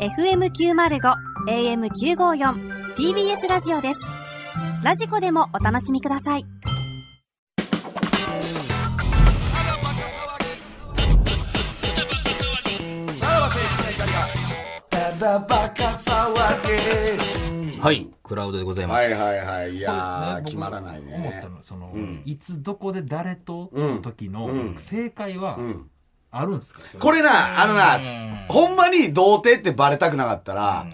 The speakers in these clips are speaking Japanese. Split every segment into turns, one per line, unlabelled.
FM905 AM954 TBS ラジオですラジコでもお楽しみください
はい、クラウドでございま
は
す。
いはいはい。いやー、
僕
決まらない
思っ
ね
た。のその、
ん
いつどこで誰との時の
うん
正解は
うん
あるんですか、
これな、あのな、ほんまに童貞ってバレたくなかったら、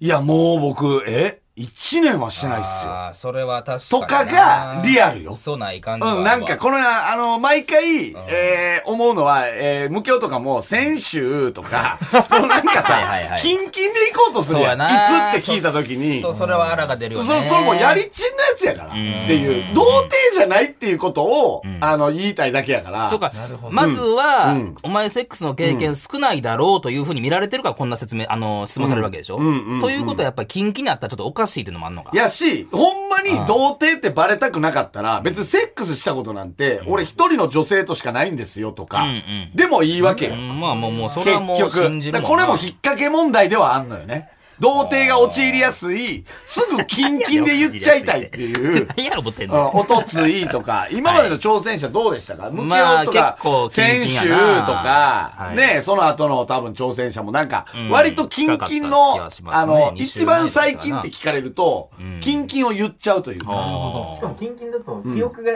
いや、もう僕、え ?1 年はしてないっすよ。
ああ、それは確か
と
にな。
かがリアルよ。
そうない感じはある
うん、
わ
なんかこのな、あの、毎回、えー、思うのは、えー、無教とかも、先週と か、そうなんか
はいはいは
さ
い、
キンキンで行こうとするやん。
そうやない
つって聞いた時に、
ちょっと
そ
それはあらが出るよね。
それもやりちんのやつやから、っていう、童貞じゃないっていうことを、あの、言いたいだけやから、
そうか。まずは、
うん
お前セックスの経験少ないだろうというふうに見られてるから、こんな説明、あの、質問されるわけでしょ、
んうんうん
ということはやっぱりキンキンになったらちょっとおかしいっていうのもあんのか。
やし、ほんまに童貞ってバレたくなかったら、別にセックスしたことなんて、俺一人の女性としかないんですよとか、
うんうん
でもいいわけよ。
うんまあもう、もう、それはも
結
う信
局。
じ
だ
る
から
もん
こ
な
れも引っ掛け問題ではあんのよね。童貞が陥りやすい、すぐキンキンで言っちゃいたいって いう。
何やろ、思ってん
うん、
の。
おとついとか、今までの挑戦者どうでしたか、向き
ま
合
あ
うとか
結、構キン
先
キンやな
週とか、
はい
ね、その後の多分挑戦者もなんか
うん、
割とキンキンの、
近かった気がします
あ
ね
の、
二週
一
前とかな
番最近って聞かれると、キンキンを言っちゃうというか、
あ
しかもキンキンだと記憶が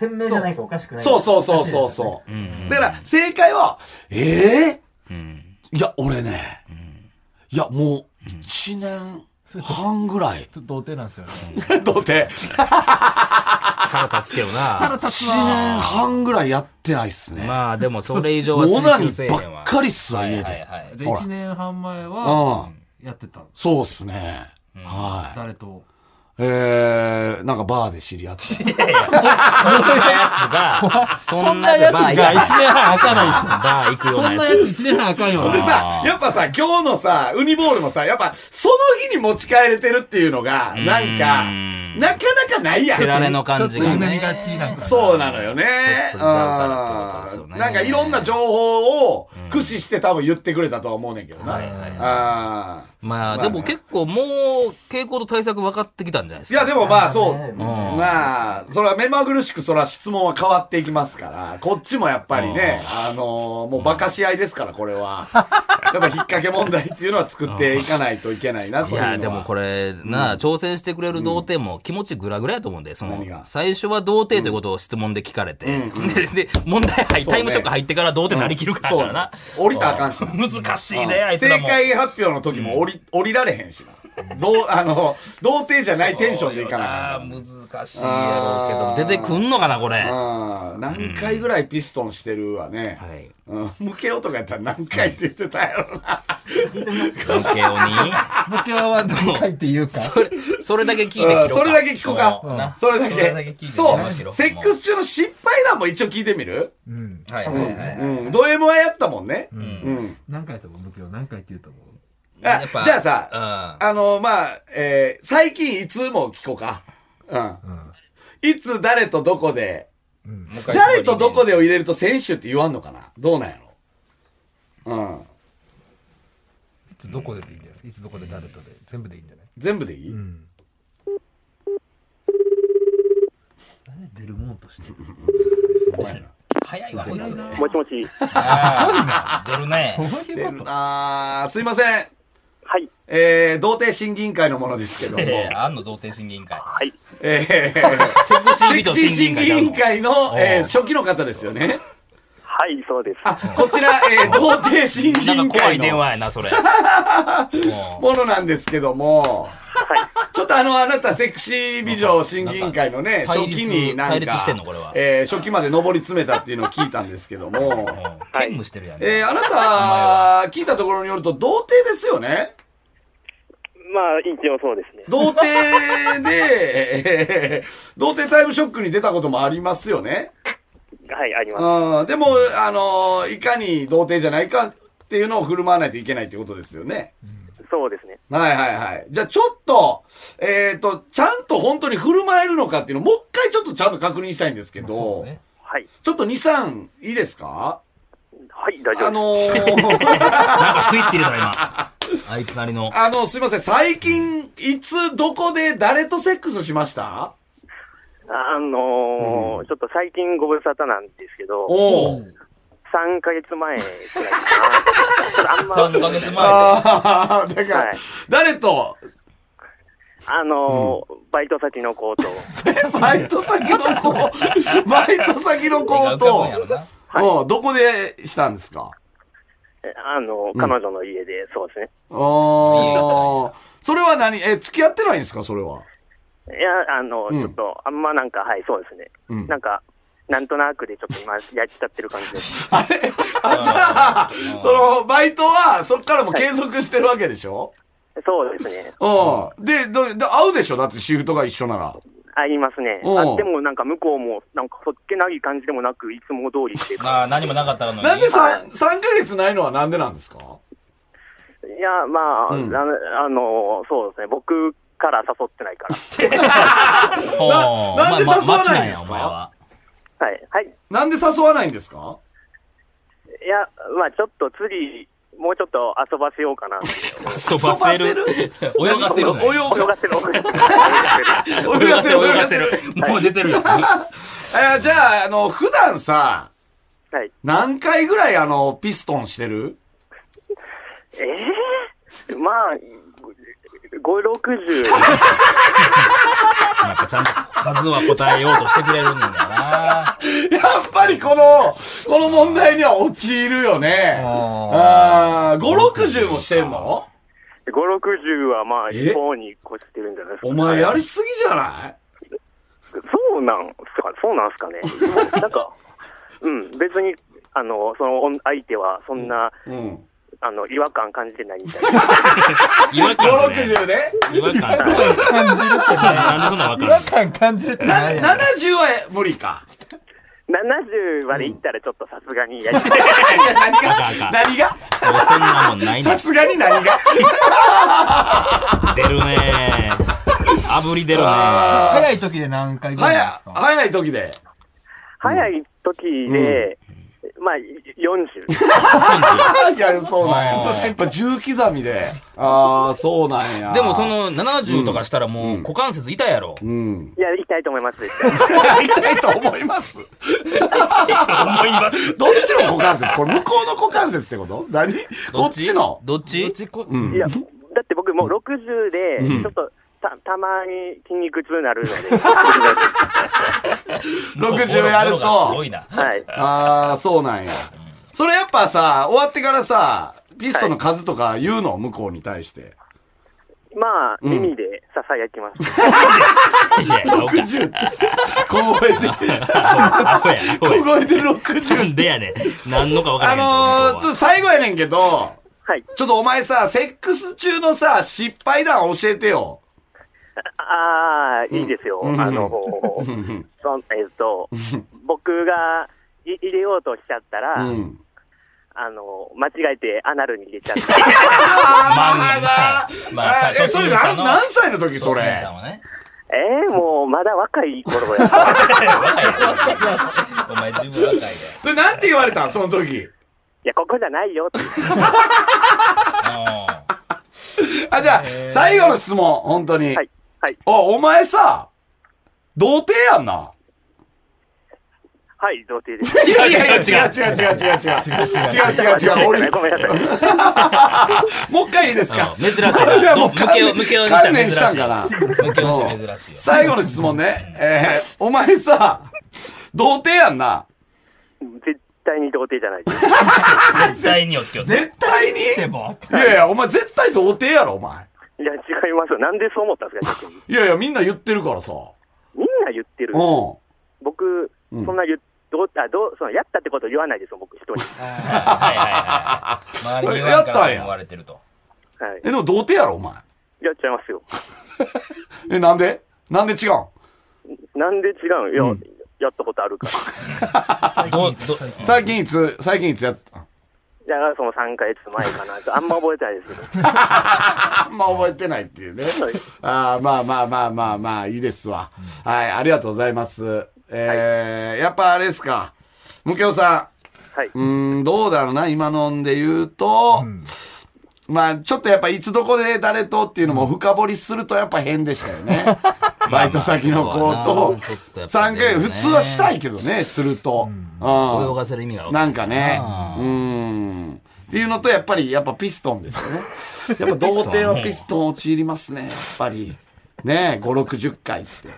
鮮明じゃないとおかしくない、
そうそうそうそうそう。だから、正解は、ええ
ーうん。
いや、俺ね、いや、もう、1年半ぐ らい。
ちょっと童貞なんですよね。
童貞。
腹立つけどな。
1年半ぐらいやってないっすね。
まあでも、それ以上
も
は
うオナニ
追求せえへ
ー
んわ
ばっかりっすわ、家
はい
で。
はいはい
じゃ
ほ
あ
ら
1年半前
う
は
ん。
やってたんです。
そうっすね。はい。
誰と。
えー、なんかバー で知り合って。
そんなやつが、そんなやつバー行かない。
半開かないし。
バー行くようなやつ。
1年半開かんよ
で
な。
さ、やっぱさ、今日のさ、ウニボールもさ、やっぱ、その日に持ち帰れてるっていうのが、なんか、
うん
なかなかないやん。
手だれの
ちょ
感
っと
じが
夢
ね
見。がちなんかな。
そうなのよね。
ち
う
ょ
ん
っと歌うからってことですよね
なんかいろんな情報を駆使して多分言ってくれたとは思うねんけどな。
いはい
あー
まあ、でも結構もう、傾向と対策分かってきたんじゃないです
い
か。
や、でもまあそう。
うん
まあ、それは目まぐるしく、それは質問は変わっていきますから、こっちもやっぱりね、あのーもう馬鹿し合いですから、これ は。やっぱ引っ掛け問題っていうのは作っていかないといけないな、と
い
いうのは。
や、でもこれ、なあ、挑戦してくれる童貞も気持ちグラグラやと思うんで、その
何が、
最初は童貞ということを質問で聞かれて、で、で問題入
そうね
タイムショック入ってから童貞になりきるから
そ
だ
う
から
な
な。。
降りたらあかんしな。
難しいね、あいつら
正
も。
解発表の時も降り、降りられへんしな。どう、あの、童貞じゃないテンションでいか
あ
な
あ、
い。
難しいやろうけ
あー
ど、出てくんのかな、これ。は
うん何回ぐらいピストンしてるわね。
い。
うん、向けようとかやったら何回って言ってたやろな。
関係に。
ボケは何回っていうか。
それ、それだけ聞いて切ろ
う
うんか。
それだけ聞こうか
もうな。
それだけ。
それだけ聞いてみましょ
と、
う
セックス中の失敗談も一応聞いてみる
うん。
はいはいはい。
うん。ド M はやったもんね。うんん。
何回と思うけど何回って言うと思う。
あ
やっぱ
じゃあさ、
うん
あの、まあ、えー最近いつも聞こうか。うん。
うん。
いつ誰とどこで、
もう一回
誰とどこでを入れると選手って言わんのかなどうなんやろうん。
いつどこででいいんじゃないですか。いつどこで誰とで全部でいいんじゃない。
全部でいい、
うん。何で出るもんとして。
お前ら
早いわ、こいつ。
もしもし。
あー出るね。
そう
で
いうこと。
あーすいません。
はい。
えー、童貞審議委員会のものですけども。
えー、あんの童貞審議委員会。
はい。
えー、
セクシー
セ
ビ
ク
ト
シー
審議委
審議
員会
委
ちゃう
員
の。
会の、えー
おう
初期の方ですよね。
はい、そうです。
あ、こちら、 えー、童貞審議委
なん
員
か怖
会
い電
の
話やな、それ。も
ものなんですけども、
はい。
ちょっとあの、あなた、セクシー美女審議委員会のね、
なんか
初期になんか、
対立対立してんのこれは
えー初期まで上り詰めたっていうのを聞いたんですけど も、
う、もう兼務してるやん。
えー、あなた、聞いたところによると、童貞ですよね
まあ、一応そうですね。
童貞で、えー童貞タイムショックに出たこともありますよね
はい、あります。
うん、でも、あの、いかに童貞じゃないかっていうのを振る舞わないといけないってことですよね。
そうですね。
はいはいはい。じゃあちょっと、えっ、と、ちゃんと本当に振る舞えるのかっていうのをもう一回ちょっとちゃんと確認したいんですけど、
ね
はい。
ちょっと2、3いいですか
はい、大丈
あ
夫です。
のー、
なん かスイッチ入れたら今。あいつなりの。
あの、すいません。最近、いつ、どこで、誰とセックスしました
あのーちょっと最近ご無沙汰なんですけど、
おう
3ヶ月前くらいかな。ちょっとあん
3
ま
ヶ、月前で。
ああ、だから、
はい
誰 と、
あのーバイト先の子と、
バイト先の子、バイト先の子と、うんどこでしたんですか
えあのー彼女の家で、そうですね。
あーそれは何え、付き合ってないんですかそれは。
いや、あの、
うん
ちょっと、あんまなんか、はい、そうですね。
うん
なんか、なんとなくでちょっと今、やっちゃってる感じです。
あじゃあ、その、バイトは、そっからも継続してるわけでしょ
そうですね。
うん。で、どで会うでしょだってシフトが一緒なら。
ありますね。
おう
あでも、なんか、向こうも、なんか、そっけない感じでもなく、いつも通りっていうか。
まあ、何もなかったのに。
なんで3、三ヶ月ないのはなんでなんですか
いや、まあ、
うん
なあの、そうですね。僕から誘ってない から。
ほうお
なな
前
んで
ま
誘わないんですか
マチやお前は。
はい。はい。
なんで誘わないんですか
いや、まあ、ちょっと次、もうちょっと遊ばせようかなって。
そう、バセる。泳がせる。
泳
泳
が
がせる、泳 がせ
泳がせ
る。
る、
泳
泳
が
が
せ
せる。
る。もう出てるよ。
えーじゃあ、あの、普段さ、
はい。
何回ぐらいあの、ピストンしてる
えー、まあ、5、60。
やっぱちゃんと数は答えようとしてくれるんだよな。
やっぱりこの、この問題には陥るよね。ああ、5、60もしてんの
5、60はまあ、
え
一方に越してるんじゃないですか。
お前やりすぎじゃない
そうなんすか、そうなんす かね。なんか、うん、別に、あの、その相手はそんな、
うん。
あの、違和感感じてないみたいな。
違和感、ね。
5、60で
違和感。なんでそんなわか
違
る
和感感じるって
な
なん
70
やねん
は無理か。
70までいったらちょっとさすがにやり
何
が
が何が
もうそんなもんないね
さ。すがに何が
出るね。炙り出るね。
早い時で何回ぐらいなんで
早
す、か
早い時で。
早い時で、まあ、40。
いや、そうなんや。 やっぱ重刻みで。ああ、そうなんや。
でもそ、の70とかしたらもう股関節痛いやろ。
うん。
いや、行きたいと思います。
やりたいと思い ます。
思います。
どっちの股関節これ向こうの股関節ってこと何こっちの
どっち
うん
いや、だって僕もう60で、ちょっとた、たまに筋肉痛になるの で、は
60やる
ボロが
と
すごい。な。
い。
ああ、そうなんや。それやっぱさ、終わってからさ、ピストの数とか言うの向こうに対して。
まあ、耳で囁きます。
いや、そうか。
60って。小声で、
あ、そうや。
小
こ
声で
な
60。
んでやねん。何のか分か
あ
らへん。
のー、ちょっと最後やねんけど、
はい。
ちょっとお前さ、セックス中のさ、失敗談教えてよ。
ああ、いいですよ。あの、そんえっと、僕がい入れようとしちゃったら、
うん。
あの、間違えてアナルに入れちゃ った。
まあまあまあ、まあ、
え、それ何何歳の時それ。
ね、
えー、もうまだ若い頃や。
お前自分若いで。
それなんて言われたんその時。
いや、ここじゃないよって。
あ、じゃあ、最後の質問、本当に。
はい。はい。
お、お前さ、童貞やんな。
はい、童貞で す。
違う違う違う違う違う違う違う違う違う違う俺
ごめんなさい。ごめんなさい
もう一回いいですか
珍しいな。
もう
向けを、向けをにした
観念したんからな
珍しい。向けをした珍しいよ。
最後の質問ねえーお前さ童貞やんな
絶対に童貞じゃないです。
絶対にお付き合い
絶対にい
でも
やいやお前絶対童貞やろお前
いや、違いますよ。なんでそう思ったんですか、逆に。
いやいやみんな言ってるからさ
みんな言ってる
う。ん
僕、そんな言っどうあどうそのやったってこと言わないですよ、僕、人に。
はいはいはい。周りに言われから思われてると。
はい。
えでも童貞やろお前
やっちゃいますよ。
えなんでなんで違うん
なんで違うんいや、やったことあるから。
どう、どう、
最近いつ最近いつやった
だからその3ヶ月前かな。あんま覚えてないですけど。
あんま覚えてないっていうね
はい。
あーまあまあまあまあまあ、いいですわ。はい、ありがとうございます。えー、やっぱあれですか。ムケオさ
はい。
ん、うーん、どうだろうな、今のんで言うと、まあ、ちょっとやっぱいつどこで誰とっていうのも深掘りするとやっぱ変でしたよね。バイト先の子と
ちょっとやっぱ
3
ね
回、普通はしたいけどね、すると。
泳
う
がせる意味が
ん。
分
な
か
んかね。うん。っていうのと、やっぱり、やっぱピストンですよね。 やっぱ童貞はピストン陥りますね、やっぱり。ねえ、5、60回って。
る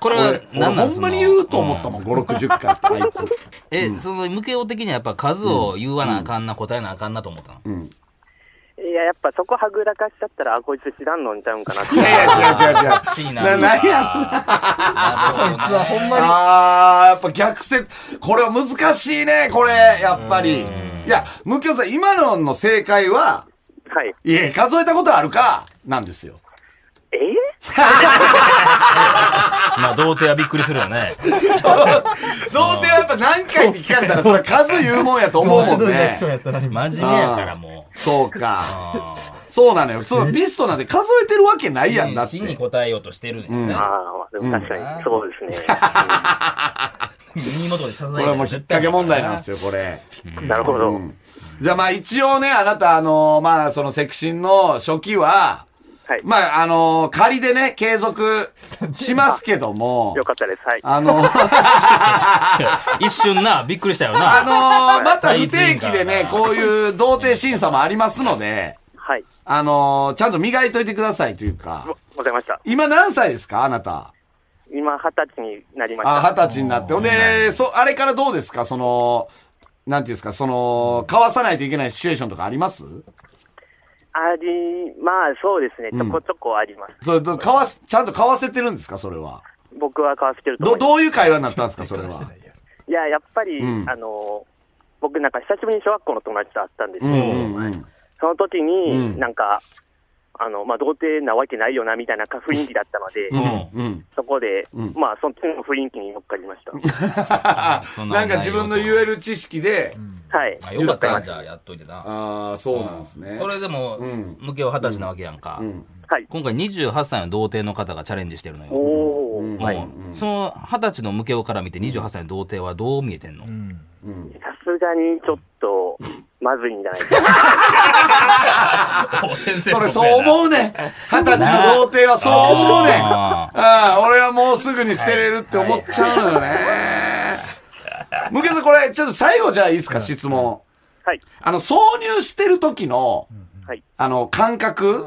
これは
俺、俺
何なん
ほんまに言うと思った
ん
もん、5、60回って、あいつ。
え、その無形的にはやっぱ数を言わなあかんな、答えなあかんなと思ったの、
いや、やっぱそこはぐらかしちゃったら、あ、こいつ知らんのにちゃうんかなって。
いやいや、違う違う違う。
つい
な
な
なんやろ
こいつはほんまに
ああ、やっぱ逆説。これは難しいね、これ、やっぱり。いや、無教さん、今のの正解は、
はい。
いえ、数えたことあるか、なんですよ。
え
まあ童貞はびっくりするよ ね
童貞はやっぱ何回って聞かれたら、それ数言うもんやと思 うもん
どういうリア
ね
クショ。ンやったら今。
真面目やからもう
そうか。そうなのよ。そう、ピストなんて数えてるわけないやんだっ
真に
て。
答えようとしてるね、ん
あ
ね、
あ、でも確かに、そうですね。
耳元で支え
これはもう引っ掛け問題なんですよ、これ。
なるほど。
じゃあまあ一応ね、あなた、あのーまあそのセクシンの初期は、
はい
まああのー仮でね、継続しますけど も
よ、かったです。はい。
あのー
一瞬なびっくりしたよ
あ
な
のーまた不定期でね、こういう童貞審査もありますので、
はい。
あのーちゃんと磨いといてくださいという
わ
か、
わかりました。
今何歳ですかあなた。
今、二十歳になりまし
あ、
た。
二十歳になって。ほんで、そ、あれからどうですかその、なんていうんですか、その、交わさないといけないシチュエーションとかあります
あり、まあそうですね。ちょこちょこあります。
それと、交わし、ちゃんと交わせてるんですかそれは。
僕は買わせてると
ど、
思います。
どういう会話になったんですか、それは。
いや、やっぱり、
うん
あの、僕なんか久しぶりに小学校の友達と会ったんですけ
う
ど、
んうんうん。
その時
うん
に、なんか、あの、まあ、童貞なわけないよな、みたいな雰囲気だったので、
うんうん。
そこで、
うん
まあ、そっちの雰囲気に乗っかりました。
そ
なんか自分の言え
る
る知識で、
はい。
あよかったなじゃあやっといてな
ああ、そうなんですね。
それでも、
うん
向けは二十歳なわけやんか、
うん。
はい。
今回28歳の童貞の方がチャレンジしてるのよ
お
うん
ー。
もう、その二十歳の向けをから見て28歳の童貞はどう見えてんの、
うん。
うん。
さすがにちょっと、まずいんじゃないですか。
お先生
それそう思うねん。二十歳の童貞はそう思うねん。
あ
ああ、俺はもうすぐに捨てれるって思っちゃうのよね。向けさん、これ、ちょっと最後じゃあいいですか、質問。
はい。
あの、挿入してる時の、
はい
あの、感覚っ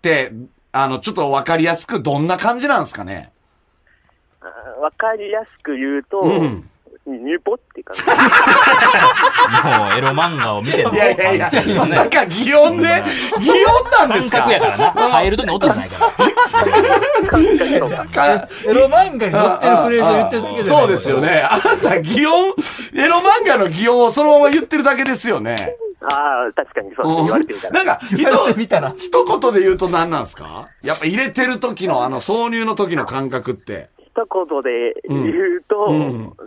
て、あの、ちょっとわかりやすく、どんな感じなんですかね
あーわかりやすく言うと、
ん
ニュポって感じ。
ーもうエロ漫画を見てる
いやいやいや、まさか擬音で、擬音なんで
感
すか
覚やからな入るときに音じゃないから
か
エロ漫画に載ってるフレーズを言ってるだけで。
そうですよ。ね。あなた、擬音、エロ漫画の擬音をそのまま言ってるだけですよね。
ああ、確かにそうですね言われてみたら。
なんか、ひ
言われ
と
てみたら
一言で言うと何なんですかやっぱ入れてる時の、あの、挿入の時の感覚って。
一言で言うと、
う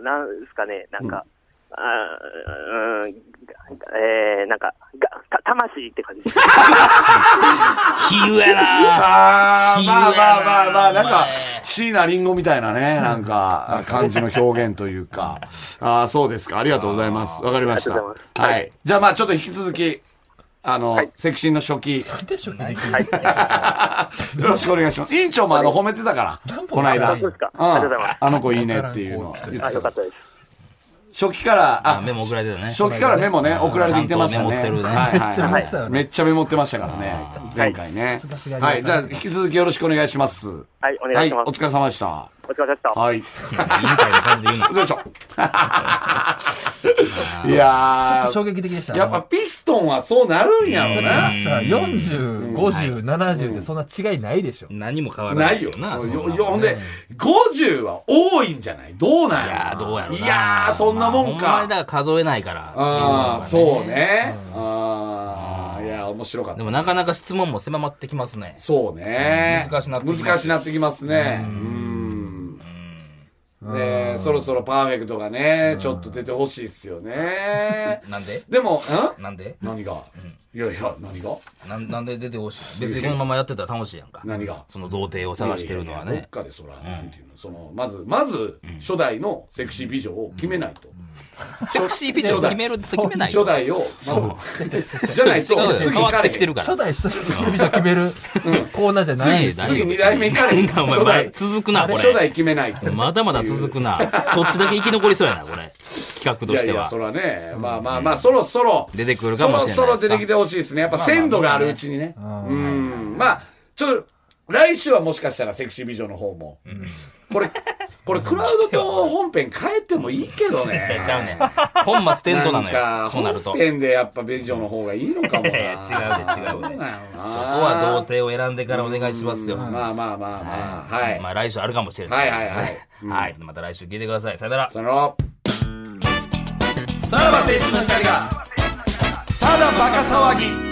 ん
なんですかね、なんか、あーうん、えー、なんか、がた魂って感じ。
比喩やな
ああ、
比喩や
まあま
な
あまあまあ、なん
お
か
前、
椎名林檎みたいな ね、なんか、感じの表現というか。ああ、そうですか。ありがとうございます。わかりました。
ありがとうございます
はい。じゃあまあ、ちょっと引き続き、あの、セクシーの初期、
でしょ、ない
よろしくお願いします。委員長もあの、褒めてたから、この間。
あ
う
そうんですか。ありがとうございます。
あの子いいねっていうのを言っ
あ、
てた
よ
か
からっ。たです。
初期から、
あ
あ、
メモ送られてたね
初期からメモね、送られてきてましたね。
ちゃんとメモってるね
はい
めっちゃメモってた
は
よ
い。
ね
めっちゃメモってましたからね、前回ね。はい、じゃあ引き続きよろしくお願いします。
はい、お願いしま
お
す。
疲れ様でした。
お疲れ様でした。
はい。
委員会の感じで言うの
よいしょ。 いや
衝
ー、
撃的でした。
やっぱピストンはそうなるんやろ
さ
な。
40、50、70でそんな違いないでしょ。
何も変わらな
ないいよ。
よな
そう
そんな
よ
もん
よほんで、50は多いんじゃないどうなん
いやーどうやろう
い
な
やー、そんなもん
まあほんま
か
にだ。から数えないから
ああ、
っていうの
そ
がね
うね。ああ、いやー、面白かっ
で
た
も。なかなか質問も狭まってきますね
そうね。
うん難しなってきます。
難しなってきますね。うん。ねそろそろパーフェクトがね、ちょっと出てほしいっすよね
なんで
でも、ん
なんで
何が、いやいや、何が
なんなんで出てほしい別にこのままやってたら楽しいやんか。
何が
その童貞を探してるのはい
やいやど
ね
っ。かでそら、なんていうの、その、まず、まず、初代のセクシー美女を決めないと。
セクシービデオを決めるって決めない
初
と。
代を、まず、じゃないと、
違うよ
次
変わってきてる
か
から。
初代下積みじゃ決めるコーナーじゃないです。
ら次二代目行かれへん
お前
初代
前、続くな、こ
初代
れ。
決めないと。
まだまだ続くな。そっちだけ生き残りそうやな、これ。企画と
いや
し
い
て
や、
は
そ。らね、まあまあまあ、そろそろ、
出てくるかもしれないです
そ
か
ろそろ出てきてほしいですね。やっぱ鮮度があるうちにね。うん。まあ、ちょっと、来週はもしかしたらセクシー美女の方も。これ、これ、クラウドと本編変えてもいいけどね。
ちゃうちゃうねん。本末転倒なの
なん
よ。
か
そうなると。
本
そこ
編でやっぱ美女の方がいいのかもな。
いやいや違うで違うで
どなんやろな
は童貞を選んでからお願いしますよ。
まあまあまあまあ。はい。
まあ来週あるかもしれない。
はいはいはいうん
はい。また来週聞いてください。さよなら。
その、さらば青春の光が、ただバカ騒ぎ。